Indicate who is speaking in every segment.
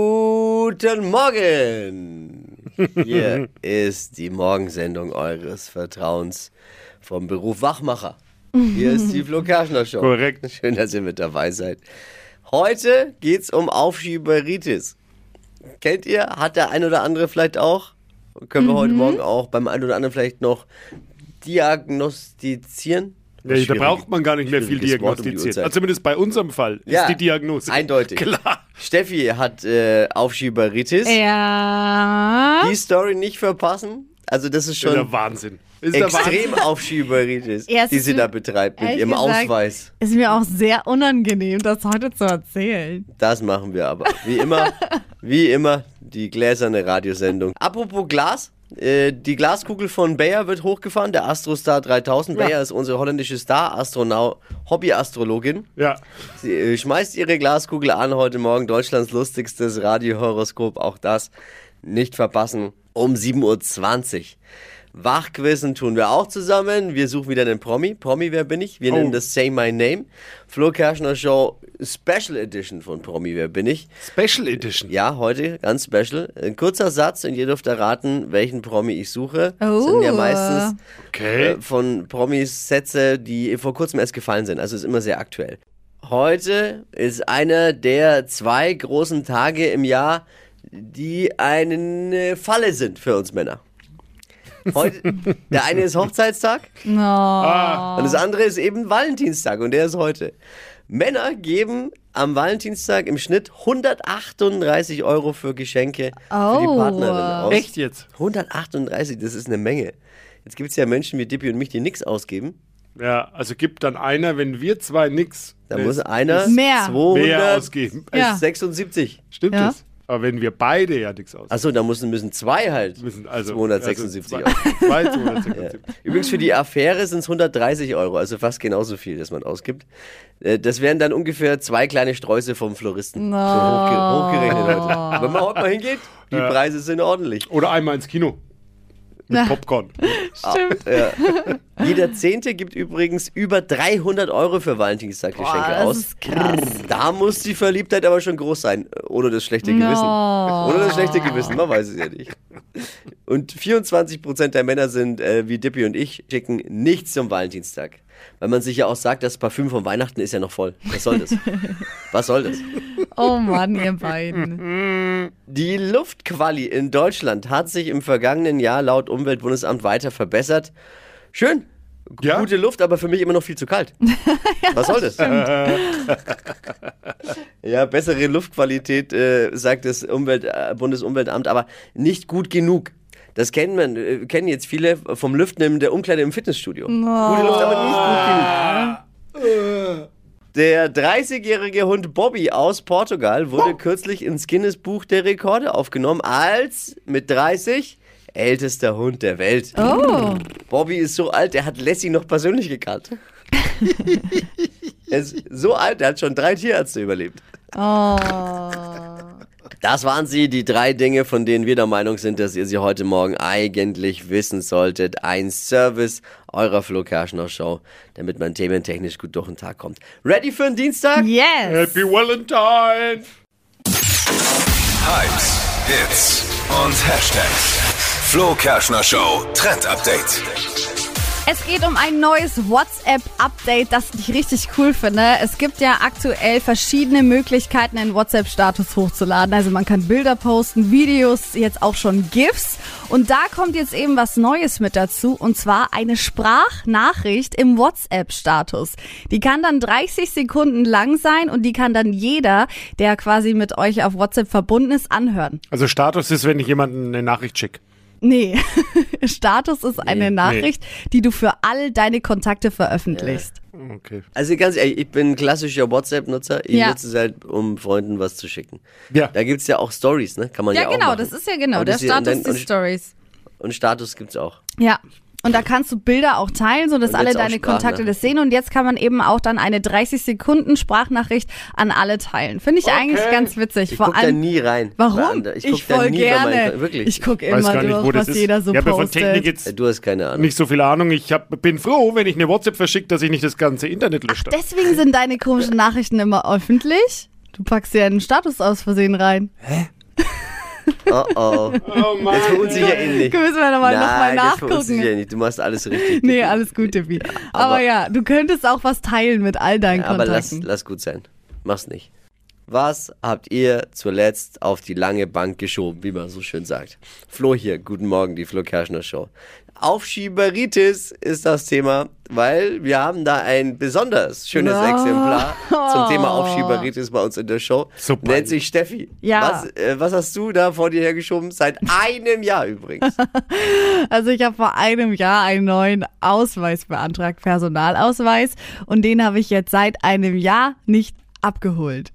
Speaker 1: Guten Morgen! Hier ist die Morgensendung eures Vertrauens vom Beruf Wachmacher. Hier ist die Flo Kerschner Show.
Speaker 2: Korrekt.
Speaker 1: Schön, dass ihr mit dabei seid. Heute geht's um Aufschieberitis. Kennt ihr? Hat der ein oder andere vielleicht auch? Können wir heute Morgen auch beim ein oder anderen vielleicht noch diagnostizieren?
Speaker 2: Ja, da braucht man gar nicht mehr viel
Speaker 1: Schwieriges Wort um die
Speaker 2: diagnostizieren.
Speaker 1: Uhrzeit.
Speaker 2: also zumindest bei unserem Fall ist
Speaker 1: Ja,
Speaker 2: die Diagnose.
Speaker 1: eindeutig.
Speaker 2: Klar.
Speaker 1: Steffi hat äh, Aufschieberitis.
Speaker 3: Ja.
Speaker 1: Die Story nicht verpassen. Also das ist
Speaker 2: Ist der
Speaker 1: schon
Speaker 2: Wahnsinn. Ist der Wahnsinn.
Speaker 1: extrem Aufschieberitis,
Speaker 3: Erst
Speaker 1: die sie
Speaker 3: ist
Speaker 1: da
Speaker 3: mir-
Speaker 1: betreibt mit
Speaker 3: ehrlich
Speaker 1: ihrem
Speaker 3: gesagt-
Speaker 1: Ausweis.
Speaker 3: Ist mir auch sehr unangenehm, das heute zu erzählen.
Speaker 1: Das machen wir aber. Wie immer, wie immer, die gläserne Radiosendung. Apropos Glas. äh, Die Glaskugel von Bayer wird hochgefahren, der Astrostar 3000.
Speaker 2: Ja.
Speaker 1: Bayer ist unsere holländische Star-Astronaut, Hobby-Astrologin.
Speaker 2: Ja.
Speaker 1: Sie äh, schmeißt ihre Glaskugel an heute Morgen. Deutschlands lustigstes Radiohoroskop. Auch das nicht verpassen. Um 7.20 Uhr. Wachquissen tun wir auch zusammen. Wir suchen wieder einen Promi. Promi, wer bin ich? Wir
Speaker 2: Oh.
Speaker 1: nennen das Say My Name. Flo Kerschner Show Special Edition von Promi, wer bin ich?
Speaker 2: Special Edition.
Speaker 1: Ja, heute ganz special. Ein kurzer Satz und ihr dürft erraten, welchen Promi ich suche. Das
Speaker 3: Oh.
Speaker 1: sind ja meistens
Speaker 2: Okay.
Speaker 1: äh, von Promis Sätze, die vor kurzem erst gefallen sind. Also ist immer sehr aktuell. Heute ist einer der zwei großen Tage im Jahr, die eine Falle sind für uns Männer. Heute, der eine ist Hochzeitstag
Speaker 3: No. Ah.
Speaker 1: und das andere ist eben Valentinstag und der ist heute. Männer geben am Valentinstag im Schnitt 138 Euro für Geschenke für die
Speaker 3: Oh.
Speaker 1: Partnerin aus.
Speaker 2: Echt jetzt?
Speaker 1: 138, das ist eine Menge. Jetzt gibt es ja Menschen wie Dippy und mich, die nichts ausgeben.
Speaker 2: Ja, also gibt dann einer, wenn wir zwei nix.
Speaker 1: Da
Speaker 2: ne,
Speaker 1: muss einer
Speaker 3: Mehr.
Speaker 1: 200
Speaker 2: Mehr ausgeben.
Speaker 3: Ja.
Speaker 1: 76.
Speaker 2: Stimmt
Speaker 3: Ja.
Speaker 2: das? Aber wenn wir beide ja nichts ausgeben.
Speaker 1: Achso, da müssen, müssen zwei halt
Speaker 2: müssen also,
Speaker 1: 276
Speaker 2: also
Speaker 1: Euro.
Speaker 2: zwei, zwei 276.
Speaker 1: Übrigens für die Affäre sind es 130 Euro, also fast genauso viel, das man ausgibt. Äh, Das wären dann ungefähr zwei kleine Sträuße vom Floristen.
Speaker 3: No.
Speaker 1: So hochge hochgerechnet heute. Wenn man heute mal hingeht, die
Speaker 2: Ja.
Speaker 1: Preise sind ordentlich.
Speaker 2: Oder einmal ins Kino. Mit Popcorn.
Speaker 3: Stimmt.
Speaker 1: Jeder Zehnte gibt übrigens über 300 Euro für Valentinstaggeschenke
Speaker 3: Boah, das
Speaker 1: aus.
Speaker 3: ist krass.
Speaker 1: Da muss die Verliebtheit aber schon groß sein. Ohne das schlechte
Speaker 3: No.
Speaker 1: Gewissen. Ohne das schlechte Gewissen, man weiß es ja nicht. Und 24% der Männer sind, äh, wie Dippy und ich, schicken nichts zum Valentinstag. Weil man sich ja auch sagt, das Parfüm von Weihnachten ist ja noch voll. Was soll das? Was soll das?
Speaker 3: Oh Mann, ihr beiden.
Speaker 1: Die Luftquali in Deutschland hat sich im vergangenen Jahr laut Umweltbundesamt weiter verbessert. Schön. G-
Speaker 2: Ja.
Speaker 1: Gute Luft, aber für mich immer noch viel zu kalt. Was soll das? ja, bessere Luftqualität, äh, sagt das Umwelt, äh, Bundesumweltamt, aber nicht gut genug. Das kennen, man, äh, kennen jetzt viele vom Lüften in der Umkleide im Fitnessstudio. Gute Luft, aber nicht gut genug.
Speaker 2: Ah.
Speaker 1: Der 30-jährige Hund Bobby aus Portugal wurde kürzlich ins Guinness Buch der Rekorde aufgenommen als mit 30 ältester Hund der Welt.
Speaker 3: Oh.
Speaker 1: Bobby ist so alt, er hat Lassie noch persönlich gekannt. er ist so alt, er hat schon drei Tierärzte überlebt.
Speaker 3: Oh.
Speaker 1: Das waren sie, die drei Dinge, von denen wir der Meinung sind, dass ihr sie heute Morgen eigentlich wissen solltet. Ein Service eurer Flo Kerschner Show, damit man thementechnisch gut durch den Tag kommt. Ready für den Dienstag?
Speaker 3: Yes.
Speaker 2: Happy Valentine!
Speaker 4: Hypes, Hits und Hashtags. Flo Kerschner Show Trend Update.
Speaker 3: Es geht um ein neues WhatsApp-Update, das ich richtig cool finde. Es gibt ja aktuell verschiedene Möglichkeiten, einen WhatsApp-Status hochzuladen. Also man kann Bilder posten, Videos, jetzt auch schon GIFs. Und da kommt jetzt eben was Neues mit dazu, und zwar eine Sprachnachricht im WhatsApp-Status. Die kann dann 30 Sekunden lang sein und die kann dann jeder, der quasi mit euch auf WhatsApp verbunden ist, anhören.
Speaker 2: Also Status ist, wenn ich jemanden eine Nachricht schicke.
Speaker 3: Nee, Status ist eine Nachricht, die du für all deine Kontakte veröffentlichst.
Speaker 2: Okay.
Speaker 1: Also ganz ehrlich, ich bin ein klassischer WhatsApp-Nutzer. Ich
Speaker 3: Ja.
Speaker 1: nutze es halt, um Freunden was zu schicken.
Speaker 2: Ja.
Speaker 1: Da gibt es ja auch Stories, ne? Kann man ja,
Speaker 3: Ja,
Speaker 1: auch
Speaker 3: genau,
Speaker 1: machen.
Speaker 3: das ist ja genau
Speaker 1: Und
Speaker 3: der
Speaker 1: das hier- und
Speaker 3: Status
Speaker 1: dann-
Speaker 3: die Stories.
Speaker 1: Und, und Status gibt es auch.
Speaker 3: Ja. Und da kannst du Bilder auch teilen, sodass
Speaker 1: Und
Speaker 3: alle
Speaker 1: jetzt auch
Speaker 3: deine Kontakte
Speaker 1: Sprachnachrichten.
Speaker 3: das sehen. Und jetzt kann man eben auch dann eine 30 Sekunden Sprachnachricht an alle teilen. Finde ich eigentlich ganz witzig.
Speaker 1: Ich
Speaker 3: Vor
Speaker 1: gucke da
Speaker 3: allem,
Speaker 1: nie rein. Bei
Speaker 3: warum?
Speaker 1: anderen- Ich, guck
Speaker 3: ich
Speaker 1: da
Speaker 3: voll
Speaker 1: nie Bei meinen,
Speaker 3: gerne.
Speaker 1: wirklich. Äh,
Speaker 3: Ich eh- gucke
Speaker 2: Weiß
Speaker 3: immer
Speaker 2: gar nicht,
Speaker 3: durch,
Speaker 2: wo das
Speaker 3: was
Speaker 2: ist.
Speaker 3: jeder so
Speaker 2: ich habe ja von
Speaker 3: postet.
Speaker 2: Technik jetzt
Speaker 1: du hast keine Ahnung.
Speaker 2: nicht so viel Ahnung. Ich hab, bin froh, wenn ich eine WhatsApp verschicke, dass ich nicht das ganze Internet lösche.
Speaker 3: Deswegen sind deine komischen Nachrichten immer öffentlich. Du packst dir einen Status aus Versehen rein.
Speaker 1: Oh oh.
Speaker 2: Oh Mann.
Speaker 1: Das verunsichert ihn eh nicht.
Speaker 3: Können wir nochmal noch mal nochmal
Speaker 1: Nein, das verunsichert
Speaker 3: nachgucken.
Speaker 1: ihn nicht. Du machst alles richtig.
Speaker 3: Nee, alles gut, Tippi. Aber,
Speaker 1: aber-
Speaker 3: ja, du könntest auch was teilen mit all deinen
Speaker 1: Aber lass,
Speaker 3: Kontakten.
Speaker 1: lass gut sein. Mach's nicht. Was habt ihr zuletzt auf die lange Bank geschoben, wie man so schön sagt? Flo hier, guten Morgen, die Flo Kerschner Show. Aufschieberitis ist das Thema, weil wir haben da ein besonders schönes
Speaker 3: Oh.
Speaker 1: Exemplar zum Thema Aufschieberitis bei uns in der Show.
Speaker 2: Super.
Speaker 1: Nennt sich Steffi.
Speaker 3: Ja.
Speaker 1: Was, äh, was hast du da vor dir hergeschoben? Seit einem Jahr übrigens.
Speaker 3: Also ich habe vor einem Jahr einen neuen Ausweis beantragt, Personalausweis. Und den habe ich jetzt seit einem Jahr nicht abgeholt.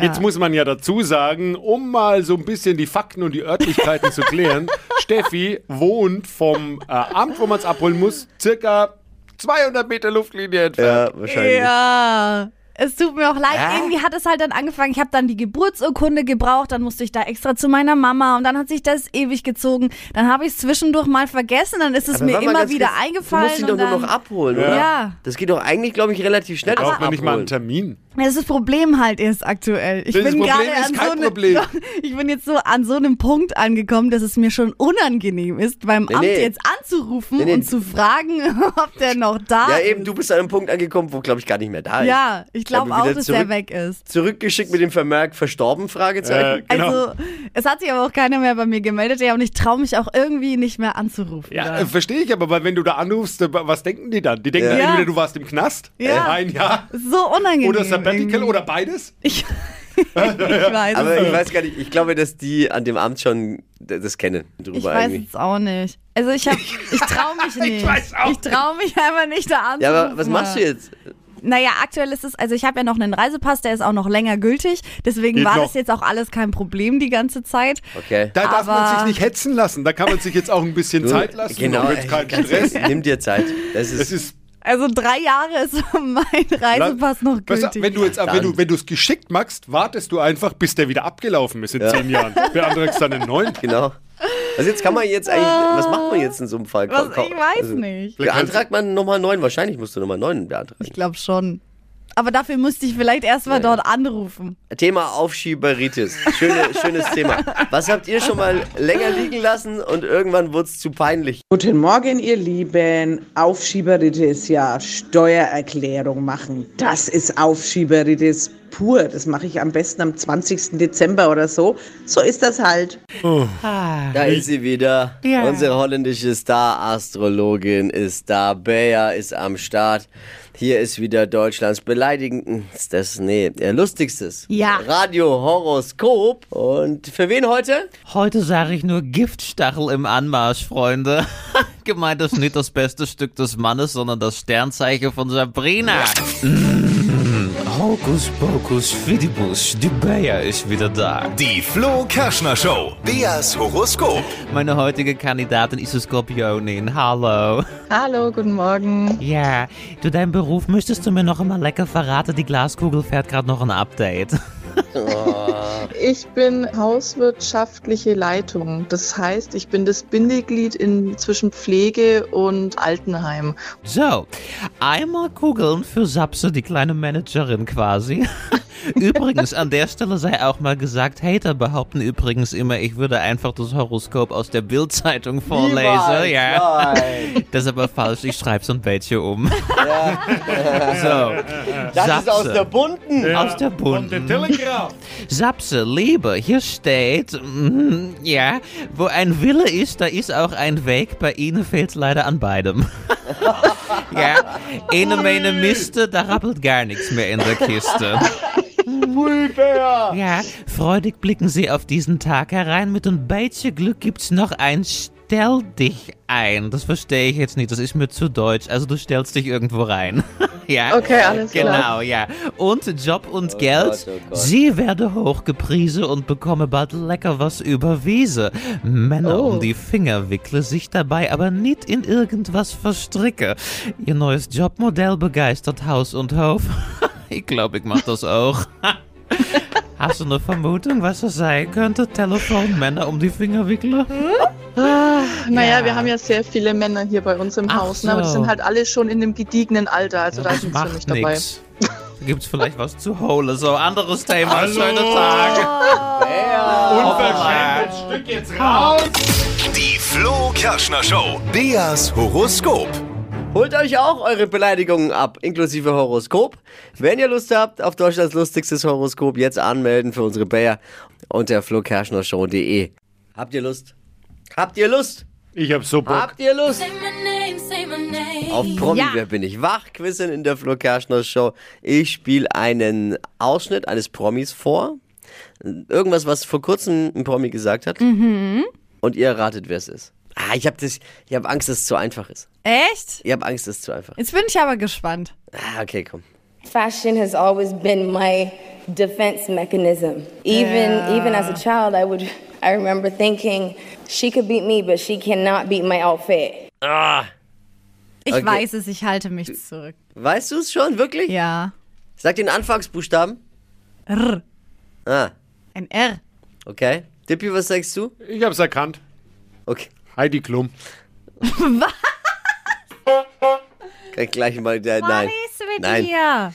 Speaker 2: Jetzt muss man ja dazu sagen, um mal so ein bisschen die Fakten und die Örtlichkeiten zu klären, Steffi wohnt vom äh, Amt, wo man es abholen muss, circa 200 Meter Luftlinie entfernt.
Speaker 1: ja, wahrscheinlich.
Speaker 3: Ja. Es tut mir auch leid,
Speaker 1: Hä?
Speaker 3: irgendwie hat es halt dann angefangen. Ich habe dann die Geburtsurkunde gebraucht, dann musste ich da extra zu meiner Mama und dann hat sich das ewig gezogen. Dann habe ich es zwischendurch mal vergessen, dann ist es
Speaker 1: Aber
Speaker 3: mir
Speaker 1: warte mal
Speaker 3: immer
Speaker 1: ganz
Speaker 3: wieder
Speaker 1: kurz,
Speaker 3: eingefallen.
Speaker 1: Du musst ihn doch
Speaker 3: und
Speaker 1: nur
Speaker 3: dann,
Speaker 1: noch abholen,
Speaker 2: Ja.
Speaker 1: oder?
Speaker 3: Ja.
Speaker 1: Das geht doch eigentlich, glaube ich, relativ schnell. das
Speaker 2: Braucht man nicht mal einen
Speaker 1: Also Abholen.
Speaker 2: Termin.
Speaker 3: Ja, Das ist das Problem halt erst aktuell. Ich
Speaker 2: Das
Speaker 3: bin
Speaker 2: Problem
Speaker 3: gerade
Speaker 2: ist
Speaker 3: an
Speaker 2: kein
Speaker 3: so ne-
Speaker 2: Problem.
Speaker 3: Ich bin jetzt so an so einem Punkt angekommen, dass es mir schon unangenehm ist, beim
Speaker 1: Nee,
Speaker 3: Amt
Speaker 1: nee.
Speaker 3: jetzt anzurufen
Speaker 1: Nee, nee.
Speaker 3: und zu fragen, ob der noch da
Speaker 1: Ja,
Speaker 3: ist.
Speaker 1: eben, du bist an einem Punkt angekommen, wo, glaube ich, gar nicht mehr da ist.
Speaker 3: Ja, ich glaube
Speaker 1: Aber wieder
Speaker 3: auch, dass der
Speaker 1: zurück-
Speaker 3: weg ist.
Speaker 1: Zurückgeschickt mit dem Vermerk verstorben, Fragezeichen.
Speaker 2: Äh, genau.
Speaker 3: Also, es hat sich aber auch keiner mehr bei mir gemeldet, ja, und ich traue mich auch irgendwie nicht mehr anzurufen.
Speaker 2: Ja,
Speaker 3: da.
Speaker 2: äh, verstehe ich, aber weil wenn du da anrufst, äh, was denken die dann? Die denken
Speaker 1: Ja.
Speaker 2: entweder, du warst im Knast,
Speaker 3: Ja.
Speaker 2: ein Jahr,
Speaker 3: so unangenehm.
Speaker 2: oder Sabbatical,
Speaker 3: irgendwie.
Speaker 2: oder beides.
Speaker 3: Ich, ich weiß es
Speaker 1: Aber
Speaker 3: nicht.
Speaker 1: ich weiß gar nicht, ich glaube, dass die an dem Amt schon d- das kennen. Drüber
Speaker 3: Ich weiß
Speaker 1: eigentlich.
Speaker 3: es auch nicht. Also ich hab, ich traue mich nicht.
Speaker 2: weiß auch
Speaker 3: ich traue mich einfach nicht da anzurufen.
Speaker 1: Ja, aber was machst du jetzt?
Speaker 3: Naja, aktuell ist es, also ich habe ja noch einen Reisepass, der ist auch noch länger gültig. Deswegen
Speaker 2: Geht
Speaker 3: war
Speaker 2: noch.
Speaker 3: das jetzt auch alles kein Problem die ganze Zeit.
Speaker 1: Okay.
Speaker 2: Da darf man
Speaker 3: Aber-
Speaker 2: sich nicht hetzen lassen, da kann man sich jetzt auch ein bisschen
Speaker 1: Du,
Speaker 2: Zeit lassen.
Speaker 1: Genau.
Speaker 2: da wird's keinen
Speaker 1: ganz
Speaker 2: Stress.
Speaker 1: ehrlich, Nimm dir Zeit. Das ist,
Speaker 2: Es ist
Speaker 3: Also drei Jahre ist mein Reisepass
Speaker 2: La-
Speaker 3: Also noch
Speaker 2: Weißt du,
Speaker 3: gültig.
Speaker 2: Wenn du jetzt, wenn du, wenn du es geschickt machst, wartest du einfach, bis der wieder abgelaufen ist in zehn Jahren. Beantragst dann einen neuen.
Speaker 1: genau. Also jetzt kann man jetzt eigentlich, was macht man jetzt in so einem Fall?
Speaker 3: was,
Speaker 1: Ko- ko-
Speaker 3: ich weiß
Speaker 1: also,
Speaker 3: nicht.
Speaker 1: Beantragt man nochmal neun? Wahrscheinlich musst du nochmal neun beantragen.
Speaker 3: Ich glaube schon. Aber dafür müsste ich vielleicht erstmal
Speaker 1: Ja, ja.
Speaker 3: dort anrufen.
Speaker 1: Thema Aufschieberitis. Schöne, schönes Thema. Was habt ihr schon mal länger liegen lassen und irgendwann wurde es zu peinlich?
Speaker 5: Guten Morgen, ihr Lieben. Aufschieberitis, ja, Steuererklärung machen. Das ist Aufschieberitis pur. Das mache ich am besten am 20. Dezember oder so. So ist das halt.
Speaker 1: Da ist sie wieder.
Speaker 3: Ja.
Speaker 1: Unsere holländische Star-Astrologin ist da. Bea ist am Start. Hier ist wieder Deutschlands beleidigendstes, nee, äh, lustigstes
Speaker 3: Ja.
Speaker 1: Radio-Horoskop. Und für wen heute?
Speaker 6: Heute sage ich nur Giftstachel im Anmarsch, Freunde. Gemeint ist nicht das beste Stück des Mannes, sondern das Sternzeichen von Sabrina. Mmh. Hokus pokus fidibus, die Bayer ist wieder da.
Speaker 4: Die Flo Kerschner Show. Beas Horoskop.
Speaker 6: Meine heutige Kandidatin ist die Skorpionin. Hallo.
Speaker 7: Hallo, guten Morgen.
Speaker 6: Ja, du, deinen Beruf müsstest du mir noch einmal lecker verraten. Die Glaskugel fährt gerade noch ein Update.
Speaker 7: Ich bin hauswirtschaftliche Leitung. Das heißt, ich bin das Bindeglied in, zwischen Pflege und Altenheim.
Speaker 6: So, einmal Kugeln für Sapse, die kleine Managerin quasi. Übrigens, an der Stelle sei auch mal gesagt, Hater behaupten übrigens immer, ich würde einfach das Horoskop aus der Bildzeitung vorlesen. Ja,
Speaker 1: Nein.
Speaker 6: das ist aber falsch, ich schreib's ein Bällchen um. So,
Speaker 1: Das ist aus
Speaker 6: Sapse.
Speaker 1: der bunten.
Speaker 6: Aus der
Speaker 2: Und
Speaker 6: bunten.
Speaker 2: der Telegraph.
Speaker 6: Sapse, Liebe, hier steht, mm, ja, wo ein Wille ist, da ist auch ein Weg. Bei Ihnen fehlt leider an beidem. ja, eine meine Miste, da rappelt gar nichts mehr in der Kiste. Ja, freudig blicken Sie auf diesen Tag herein. Mit ein bisschen Glück gibt's noch ein Stell dich ein. Das verstehe ich jetzt nicht, das ist mir zu deutsch. Also du stellst dich irgendwo rein. ja.
Speaker 7: Okay, alles klar.
Speaker 6: Genau, ja. Und Job und Geld.
Speaker 1: Gott, oh Gott.
Speaker 6: Sie werde hochgepriesen und bekomme bald lecker was überwiesen. Männer
Speaker 1: Oh.
Speaker 6: um die Finger wickle, sich dabei aber nicht in irgendwas verstricke. Ihr neues Jobmodell begeistert Haus und Hof. ich glaube, ich mach das auch. Hast du eine Vermutung, was das sein könnte? Telefon, Männer um die Finger wickeln?
Speaker 7: Naja,
Speaker 6: Ja.
Speaker 7: wir haben ja sehr viele Männer hier bei uns im
Speaker 6: Ach
Speaker 7: Haus, ne? aber die
Speaker 6: so.
Speaker 7: sind halt alle schon in dem gediegenen Alter. Also da
Speaker 6: das
Speaker 7: sind sie
Speaker 6: macht
Speaker 7: nicht dabei.
Speaker 6: nix. Gibt's vielleicht was zu holen? So, anderes Thema. Schönen Tag.
Speaker 2: Unverschämtes Stück jetzt raus.
Speaker 4: Die Flo Kerschner Show. Beas Horoskop.
Speaker 1: Holt euch auch eure Beleidigungen ab, inklusive Horoskop. Wenn ihr Lust habt, auf Deutschlands lustigstes Horoskop jetzt anmelden für unsere Bayer unter flokerschnershow.de. Habt ihr Lust? Habt ihr Lust?
Speaker 2: Ich hab so Bock.
Speaker 1: Habt ihr Lust?
Speaker 8: Say my name, say my name.
Speaker 1: Auf Promi,
Speaker 3: Ja.
Speaker 1: wer bin ich? Wachquissen in der Flo Kerschner Show. Ich spiele einen Ausschnitt eines Promis vor. Irgendwas, was vor kurzem ein Promi gesagt hat. Und ihr erratet, wer es ist. Ah, ich habe hab Angst, dass es zu einfach ist.
Speaker 3: Echt?
Speaker 1: Ich habe Angst, dass es zu einfach ist.
Speaker 3: Jetzt bin ich aber gespannt.
Speaker 1: Ah, okay, komm.
Speaker 9: Fashion has always been my defense mechanism. Even even as a child, I would I remember thinking she could beat me, but she cannot beat my outfit.
Speaker 3: Ich
Speaker 1: Okay.
Speaker 3: weiß es, ich halte mich zurück.
Speaker 1: Weißt du es schon, wirklich?
Speaker 3: Ja.
Speaker 1: Sag den Anfangsbuchstaben.
Speaker 3: R.
Speaker 1: Ah,
Speaker 3: Ein R.
Speaker 1: okay. Dippi, was sagst du?
Speaker 2: Ich hab's erkannt.
Speaker 1: Okay,
Speaker 2: Heidi Klum.
Speaker 1: kann ich gleich mal. Der, nein. Nein.
Speaker 3: dir?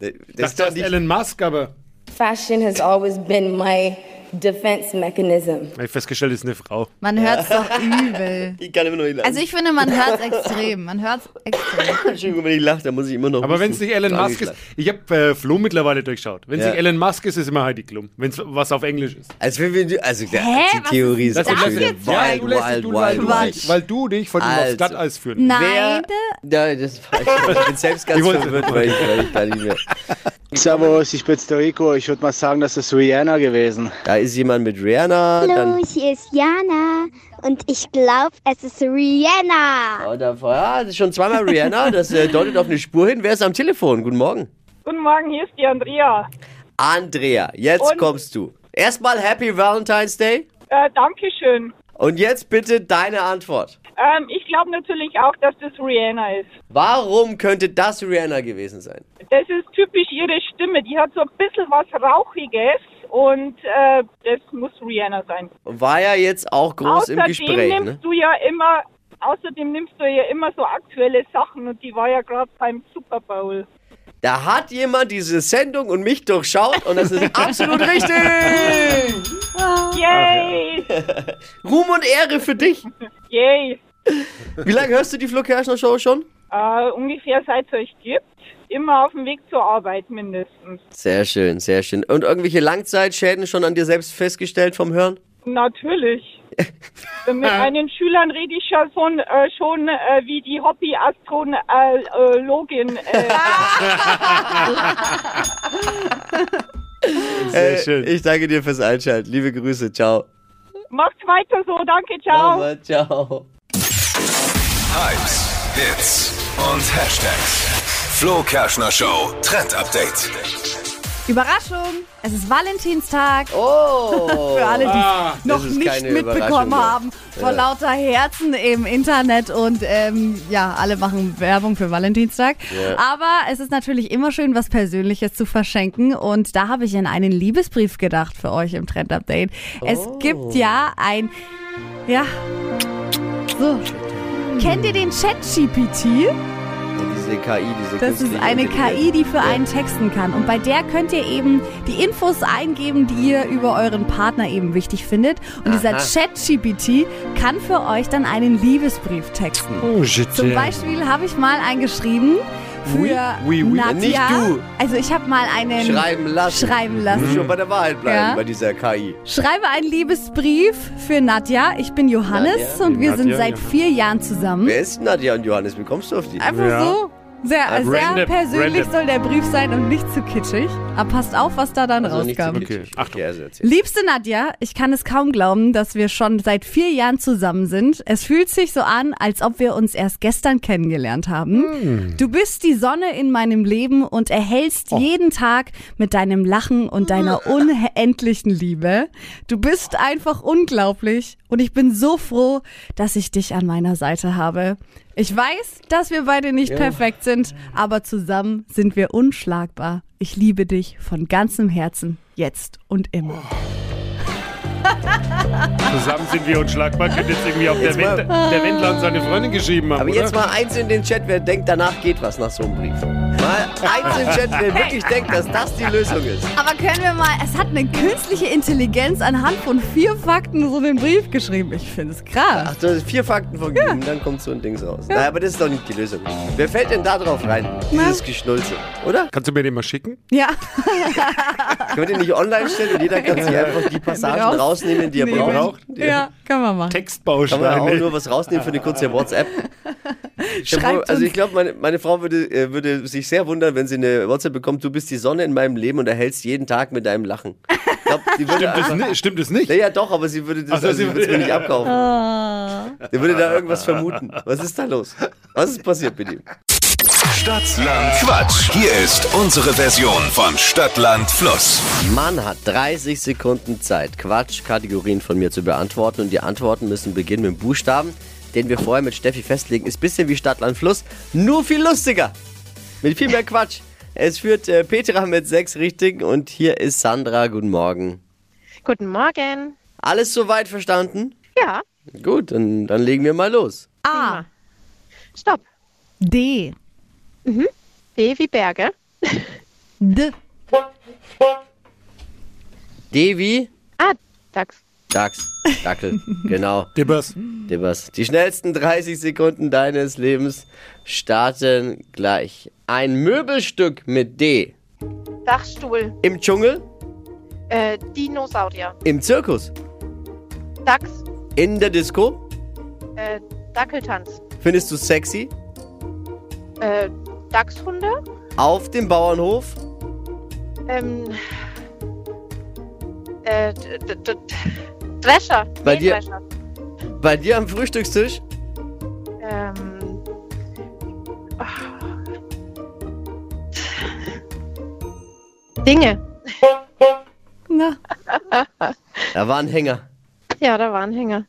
Speaker 1: Das
Speaker 2: Das
Speaker 1: ist doch
Speaker 2: ist
Speaker 1: nicht.
Speaker 2: Elon Musk, aber
Speaker 9: Fashion has always been my defense mechanism.
Speaker 2: hab ich festgestellt, ist eine Frau.
Speaker 3: Man hört's doch übel.
Speaker 1: Ich kann immer noch nicht lachen.
Speaker 3: Also ich finde, man hört's extrem. Man hört's extrem.
Speaker 1: Entschuldigung, wenn ich lache, dann muss ich immer noch.
Speaker 2: Aber wenn es
Speaker 1: husten.
Speaker 2: nicht Elon
Speaker 1: Sag
Speaker 2: Musk
Speaker 1: ich
Speaker 2: ist,
Speaker 1: gleich.
Speaker 2: ich habe äh, Flo mittlerweile durchschaut. Wenn es
Speaker 1: Ja.
Speaker 2: nicht Elon Musk ist, ist immer Heidi Klum. Wenn es was auf Englisch ist.
Speaker 1: Also, wenn wir, also der,
Speaker 3: Hä?
Speaker 1: die
Speaker 3: Was
Speaker 1: Theorie ist
Speaker 3: ist das
Speaker 1: auch schon wieder
Speaker 3: jetzt?
Speaker 2: weil,
Speaker 1: wild,
Speaker 2: du lässt dich-
Speaker 1: wild,
Speaker 2: du, weil,
Speaker 1: wild,
Speaker 2: du,
Speaker 1: wild.
Speaker 2: weil du dich von dem aufs
Speaker 1: Also.
Speaker 2: Glatteis führen.
Speaker 1: Wer,
Speaker 3: Nein.
Speaker 1: da, das ist falsch. Ich bin selbst ganz
Speaker 2: Ich wollte-
Speaker 1: verwirrt, weil ich, weil ich da nicht mehr.
Speaker 10: Servus, ich bin's der Rico. Ich würde mal sagen, das ist Rihanna gewesen.
Speaker 1: Da ist jemand mit Rihanna, dann.
Speaker 8: Hier ist Jana und ich glaube, es ist Rihanna.
Speaker 1: Oh, da, ah, das ist schon zweimal Rihanna, das äh, deutet auf eine Spur hin. Wer ist am Telefon? Guten Morgen.
Speaker 11: Guten Morgen, hier ist die Andrea.
Speaker 1: Andrea, jetzt
Speaker 11: Und-
Speaker 1: kommst du. Erstmal Happy Valentine's Day
Speaker 11: Äh, Dankeschön.
Speaker 1: und jetzt bitte deine Antwort.
Speaker 11: Ähm, ich glaube natürlich auch, dass das Rihanna ist.
Speaker 1: Warum könnte das Rihanna gewesen sein?
Speaker 11: Das ist typisch ihre Stimme. Die hat so ein bisschen was Rauchiges und äh, das muss Rihanna sein.
Speaker 1: War ja jetzt auch groß im
Speaker 11: außerdem
Speaker 1: Gespräch,
Speaker 11: nimmst
Speaker 1: ne?
Speaker 11: du ja immer, außerdem nimmst du ja immer so aktuelle Sachen und die war ja gerade beim Super Bowl.
Speaker 1: Da hat jemand diese Sendung und mich durchschaut und das ist absolut richtig.
Speaker 11: Yay!
Speaker 1: Ruhm und Ehre für dich.
Speaker 11: Yay!
Speaker 1: Wie lange hörst du die Flo Kerschner Show schon?
Speaker 11: Äh, ungefähr seit es euch gibt. Immer auf dem Weg zur Arbeit mindestens.
Speaker 1: Sehr schön, sehr schön. Und irgendwelche Langzeitschäden schon an dir selbst festgestellt vom Hören?
Speaker 11: Natürlich. Mit meinen Schülern rede ich ja schon, äh, schon äh, wie die äh, Hobby-Astrologin. Äh,
Speaker 2: Sehr schön.
Speaker 1: Äh, Ich danke dir fürs Einschalten. Liebe Grüße. Ciao.
Speaker 11: macht's weiter so, danke, ciao.
Speaker 1: Aber ciao.
Speaker 4: Hypes, Hits und Hashtags. Flo Kerschner Show Trend Update.
Speaker 3: Überraschung, es ist Valentinstag.
Speaker 1: Oh.
Speaker 3: Für alle, die es noch
Speaker 1: das ist
Speaker 3: nicht
Speaker 1: keine
Speaker 3: mitbekommen
Speaker 1: Überraschung mehr.
Speaker 3: haben. Vor lauter Herzen im Internet und ähm, ja, alle machen Werbung für Valentinstag. Aber es ist natürlich immer schön, was Persönliches zu verschenken. Und da habe ich an einen Liebesbrief gedacht für euch im Trend-Update. Es
Speaker 1: Oh.
Speaker 3: gibt ja ein... Ja, so... Kennt ihr den Chat-GPT?
Speaker 1: Diese KI, diese
Speaker 3: Das ist
Speaker 1: künstliche
Speaker 3: eine
Speaker 1: Intelligenz.
Speaker 3: KI, die für
Speaker 1: Ja.
Speaker 3: einen texten kann. Und bei der könnt ihr eben die Infos eingeben, die ihr über euren Partner eben wichtig findet. Und dieser Chat-GPT kann für euch dann einen Liebesbrief texten.
Speaker 2: Oh, shit.
Speaker 3: Zum Beispiel habe ich mal einen geschrieben für
Speaker 2: Oui, oui, oui.
Speaker 3: Nadja.
Speaker 1: Nicht du.
Speaker 3: Also ich habe mal einen
Speaker 1: Schreiben lassen. Mhm.
Speaker 3: schreiben
Speaker 1: Muss
Speaker 3: lassen.
Speaker 1: schon bei der Wahrheit bleiben
Speaker 3: Ja.
Speaker 1: bei dieser KI.
Speaker 3: Schreibe einen Liebesbrief für Nadja. Ich bin Johannes
Speaker 1: Nadja.
Speaker 3: und wir sind
Speaker 2: Nadja,
Speaker 3: seit
Speaker 2: ja.
Speaker 3: vier Jahren zusammen.
Speaker 1: Wer ist Nadja und Johannes? Wie kommst du auf die?
Speaker 3: Einfach
Speaker 2: Ja.
Speaker 3: so. Sehr,
Speaker 2: Ah,
Speaker 3: sehr
Speaker 2: random,
Speaker 3: persönlich
Speaker 2: random.
Speaker 3: soll der Brief sein und nicht zu kitschig. Aber passt auf, was da dann
Speaker 1: Also nicht
Speaker 3: rauskam.
Speaker 1: so kritisch.
Speaker 2: Okay, Achtung.
Speaker 1: Ja, also erzähl.
Speaker 3: Liebste Nadja, ich kann es kaum glauben, dass wir schon seit vier Jahren zusammen sind. Es fühlt sich so an, als ob wir uns erst gestern kennengelernt haben. Du bist die Sonne in meinem Leben und erhellst jeden Tag mit deinem Lachen und deiner unendlichen Liebe. Du bist einfach unglaublich und ich bin so froh, dass ich dich an meiner Seite habe. Ich weiß, dass wir beide nicht perfekt sind, aber zusammen sind wir unschlagbar. Ich liebe dich von ganzem Herzen, jetzt und immer.
Speaker 2: Zusammen sind wir unschlagbar. Könnte jetzt irgendwie auf der,
Speaker 1: Jetzt mal-
Speaker 2: Wend der Wendler und seine Freundin geschrieben haben,
Speaker 1: Aber jetzt
Speaker 2: oder?
Speaker 1: mal eins in den Chat, wer denkt, danach geht was nach so einem Brief. Mal eins im Chat, wer wirklich denkt, dass das die Lösung ist.
Speaker 3: Aber können wir mal, es hat eine künstliche Intelligenz anhand von vier Fakten so einen Brief geschrieben. Ich finde es krass.
Speaker 1: Ach, du hast vier Fakten vergeben, dann kommt so ein Dings raus. Naja, aber das ist doch nicht die Lösung. Wer fällt denn da drauf rein? Dieses Geschnulze, oder?
Speaker 2: Kannst du mir den mal schicken?
Speaker 3: Ja.
Speaker 1: Könnt ihr nicht online stellen und jeder kann sich einfach die Passagen
Speaker 3: Raus-
Speaker 1: rausnehmen, die er
Speaker 3: nehmen.
Speaker 1: braucht?
Speaker 3: Ja,
Speaker 1: Kann
Speaker 3: kann man machen.
Speaker 1: man auch nur
Speaker 2: Textbausteine.
Speaker 1: was rausnehmen für eine kurze WhatsApp? Ich hab
Speaker 3: Schreibt
Speaker 1: wohl- also
Speaker 3: uns.
Speaker 1: ich glaube, meine, meine Frau würde, äh, würde sich sehr wundern, wenn sie eine WhatsApp bekommt, du bist die Sonne in meinem Leben und erhältst jeden Tag mit deinem Lachen. Ich glaub, die würde
Speaker 2: Stimmt es
Speaker 1: einfach,
Speaker 2: nicht? Stimmt es nicht?
Speaker 1: naja, doch, aber sie würde das
Speaker 2: Ach so,
Speaker 1: also,
Speaker 2: sie
Speaker 1: sie würde es mir
Speaker 2: würde-
Speaker 1: nicht abkaufen.
Speaker 3: Ah.
Speaker 1: Der würde da irgendwas vermuten. Was ist da los? Was ist passiert mit ihm?
Speaker 4: Stadtland Quatsch. Hier ist unsere Version von Stadtland Fluss.
Speaker 1: Man hat 30 Sekunden Zeit, Quatschkategorien von mir zu beantworten und die Antworten müssen beginnen mit dem Buchstaben, den wir vorher mit Steffi festlegen. Ist bisschen wie Stadtland Fluss, nur viel lustiger. Mit viel mehr Quatsch. Es führt äh, Petra mit sechs richtigen und hier ist Sandra. Guten Morgen.
Speaker 12: Guten Morgen.
Speaker 1: Alles soweit verstanden?
Speaker 12: Ja.
Speaker 1: Gut, dann, dann legen wir mal los.
Speaker 12: A. Stopp.
Speaker 3: D.
Speaker 12: Mhm. D wie Berge.
Speaker 3: D.
Speaker 1: Devi,
Speaker 12: Ah, Dachs.
Speaker 1: Dachs, Dackel, genau.
Speaker 2: Dibbers.
Speaker 1: Dibbers. Die schnellsten 30 Sekunden deines Lebens starten gleich. Ein Möbelstück mit D.
Speaker 12: Dachstuhl.
Speaker 1: Im Dschungel,
Speaker 12: Äh, Dinosaurier.
Speaker 1: im Zirkus,
Speaker 12: Dachs.
Speaker 1: in der Disco.
Speaker 12: Äh, Dackeltanz.
Speaker 1: Findest du sexy?
Speaker 12: Äh, Dachshunde.
Speaker 1: Auf dem Bauernhof,
Speaker 12: Ähm, äh, d- d- d- Drescher.
Speaker 1: Bei dir-
Speaker 12: Mähdrescher.
Speaker 1: bei dir am Frühstückstisch,
Speaker 12: Ähm, ah. Dinge.
Speaker 3: Na.
Speaker 1: da war ein Hänger.
Speaker 12: Ja, da waren Hänger.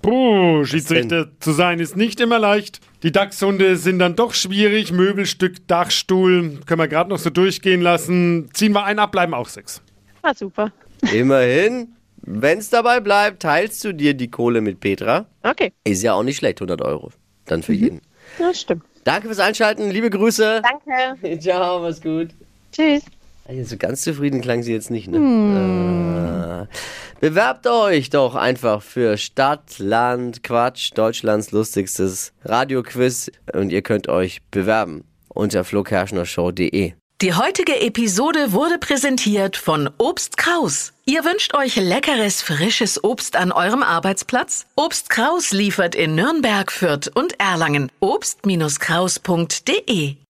Speaker 2: Puh, Schiedsrichter zu sein ist nicht immer leicht. Die Dachshunde sind dann doch schwierig. Möbelstück, Dachstuhl, können wir gerade noch so durchgehen lassen. Ziehen wir einen ab, bleiben auch sechs.
Speaker 12: Ah, super.
Speaker 1: Immerhin, wenn's dabei bleibt, teilst du dir die Kohle mit Petra.
Speaker 12: Okay,
Speaker 1: Ist ja auch nicht schlecht, 100 Euro. Dann
Speaker 12: Mhm.
Speaker 1: für jeden.
Speaker 12: das stimmt.
Speaker 1: Danke fürs Einschalten, liebe Grüße.
Speaker 12: Danke.
Speaker 1: Ciao, mach's gut.
Speaker 12: Tschüss.
Speaker 1: Also ganz zufrieden klang sie jetzt nicht, ne? Äh, bewerbt euch doch einfach für Stadt, Land, Quatsch, Deutschlands lustigstes Radioquiz und ihr könnt euch bewerben unter flokerschnershow.de.
Speaker 13: Die heutige Episode wurde präsentiert von Obst Kraus. Ihr wünscht euch leckeres, frisches Obst an eurem Arbeitsplatz? Obst Kraus liefert in Nürnberg, Fürth und Erlangen. Obst-Kraus.de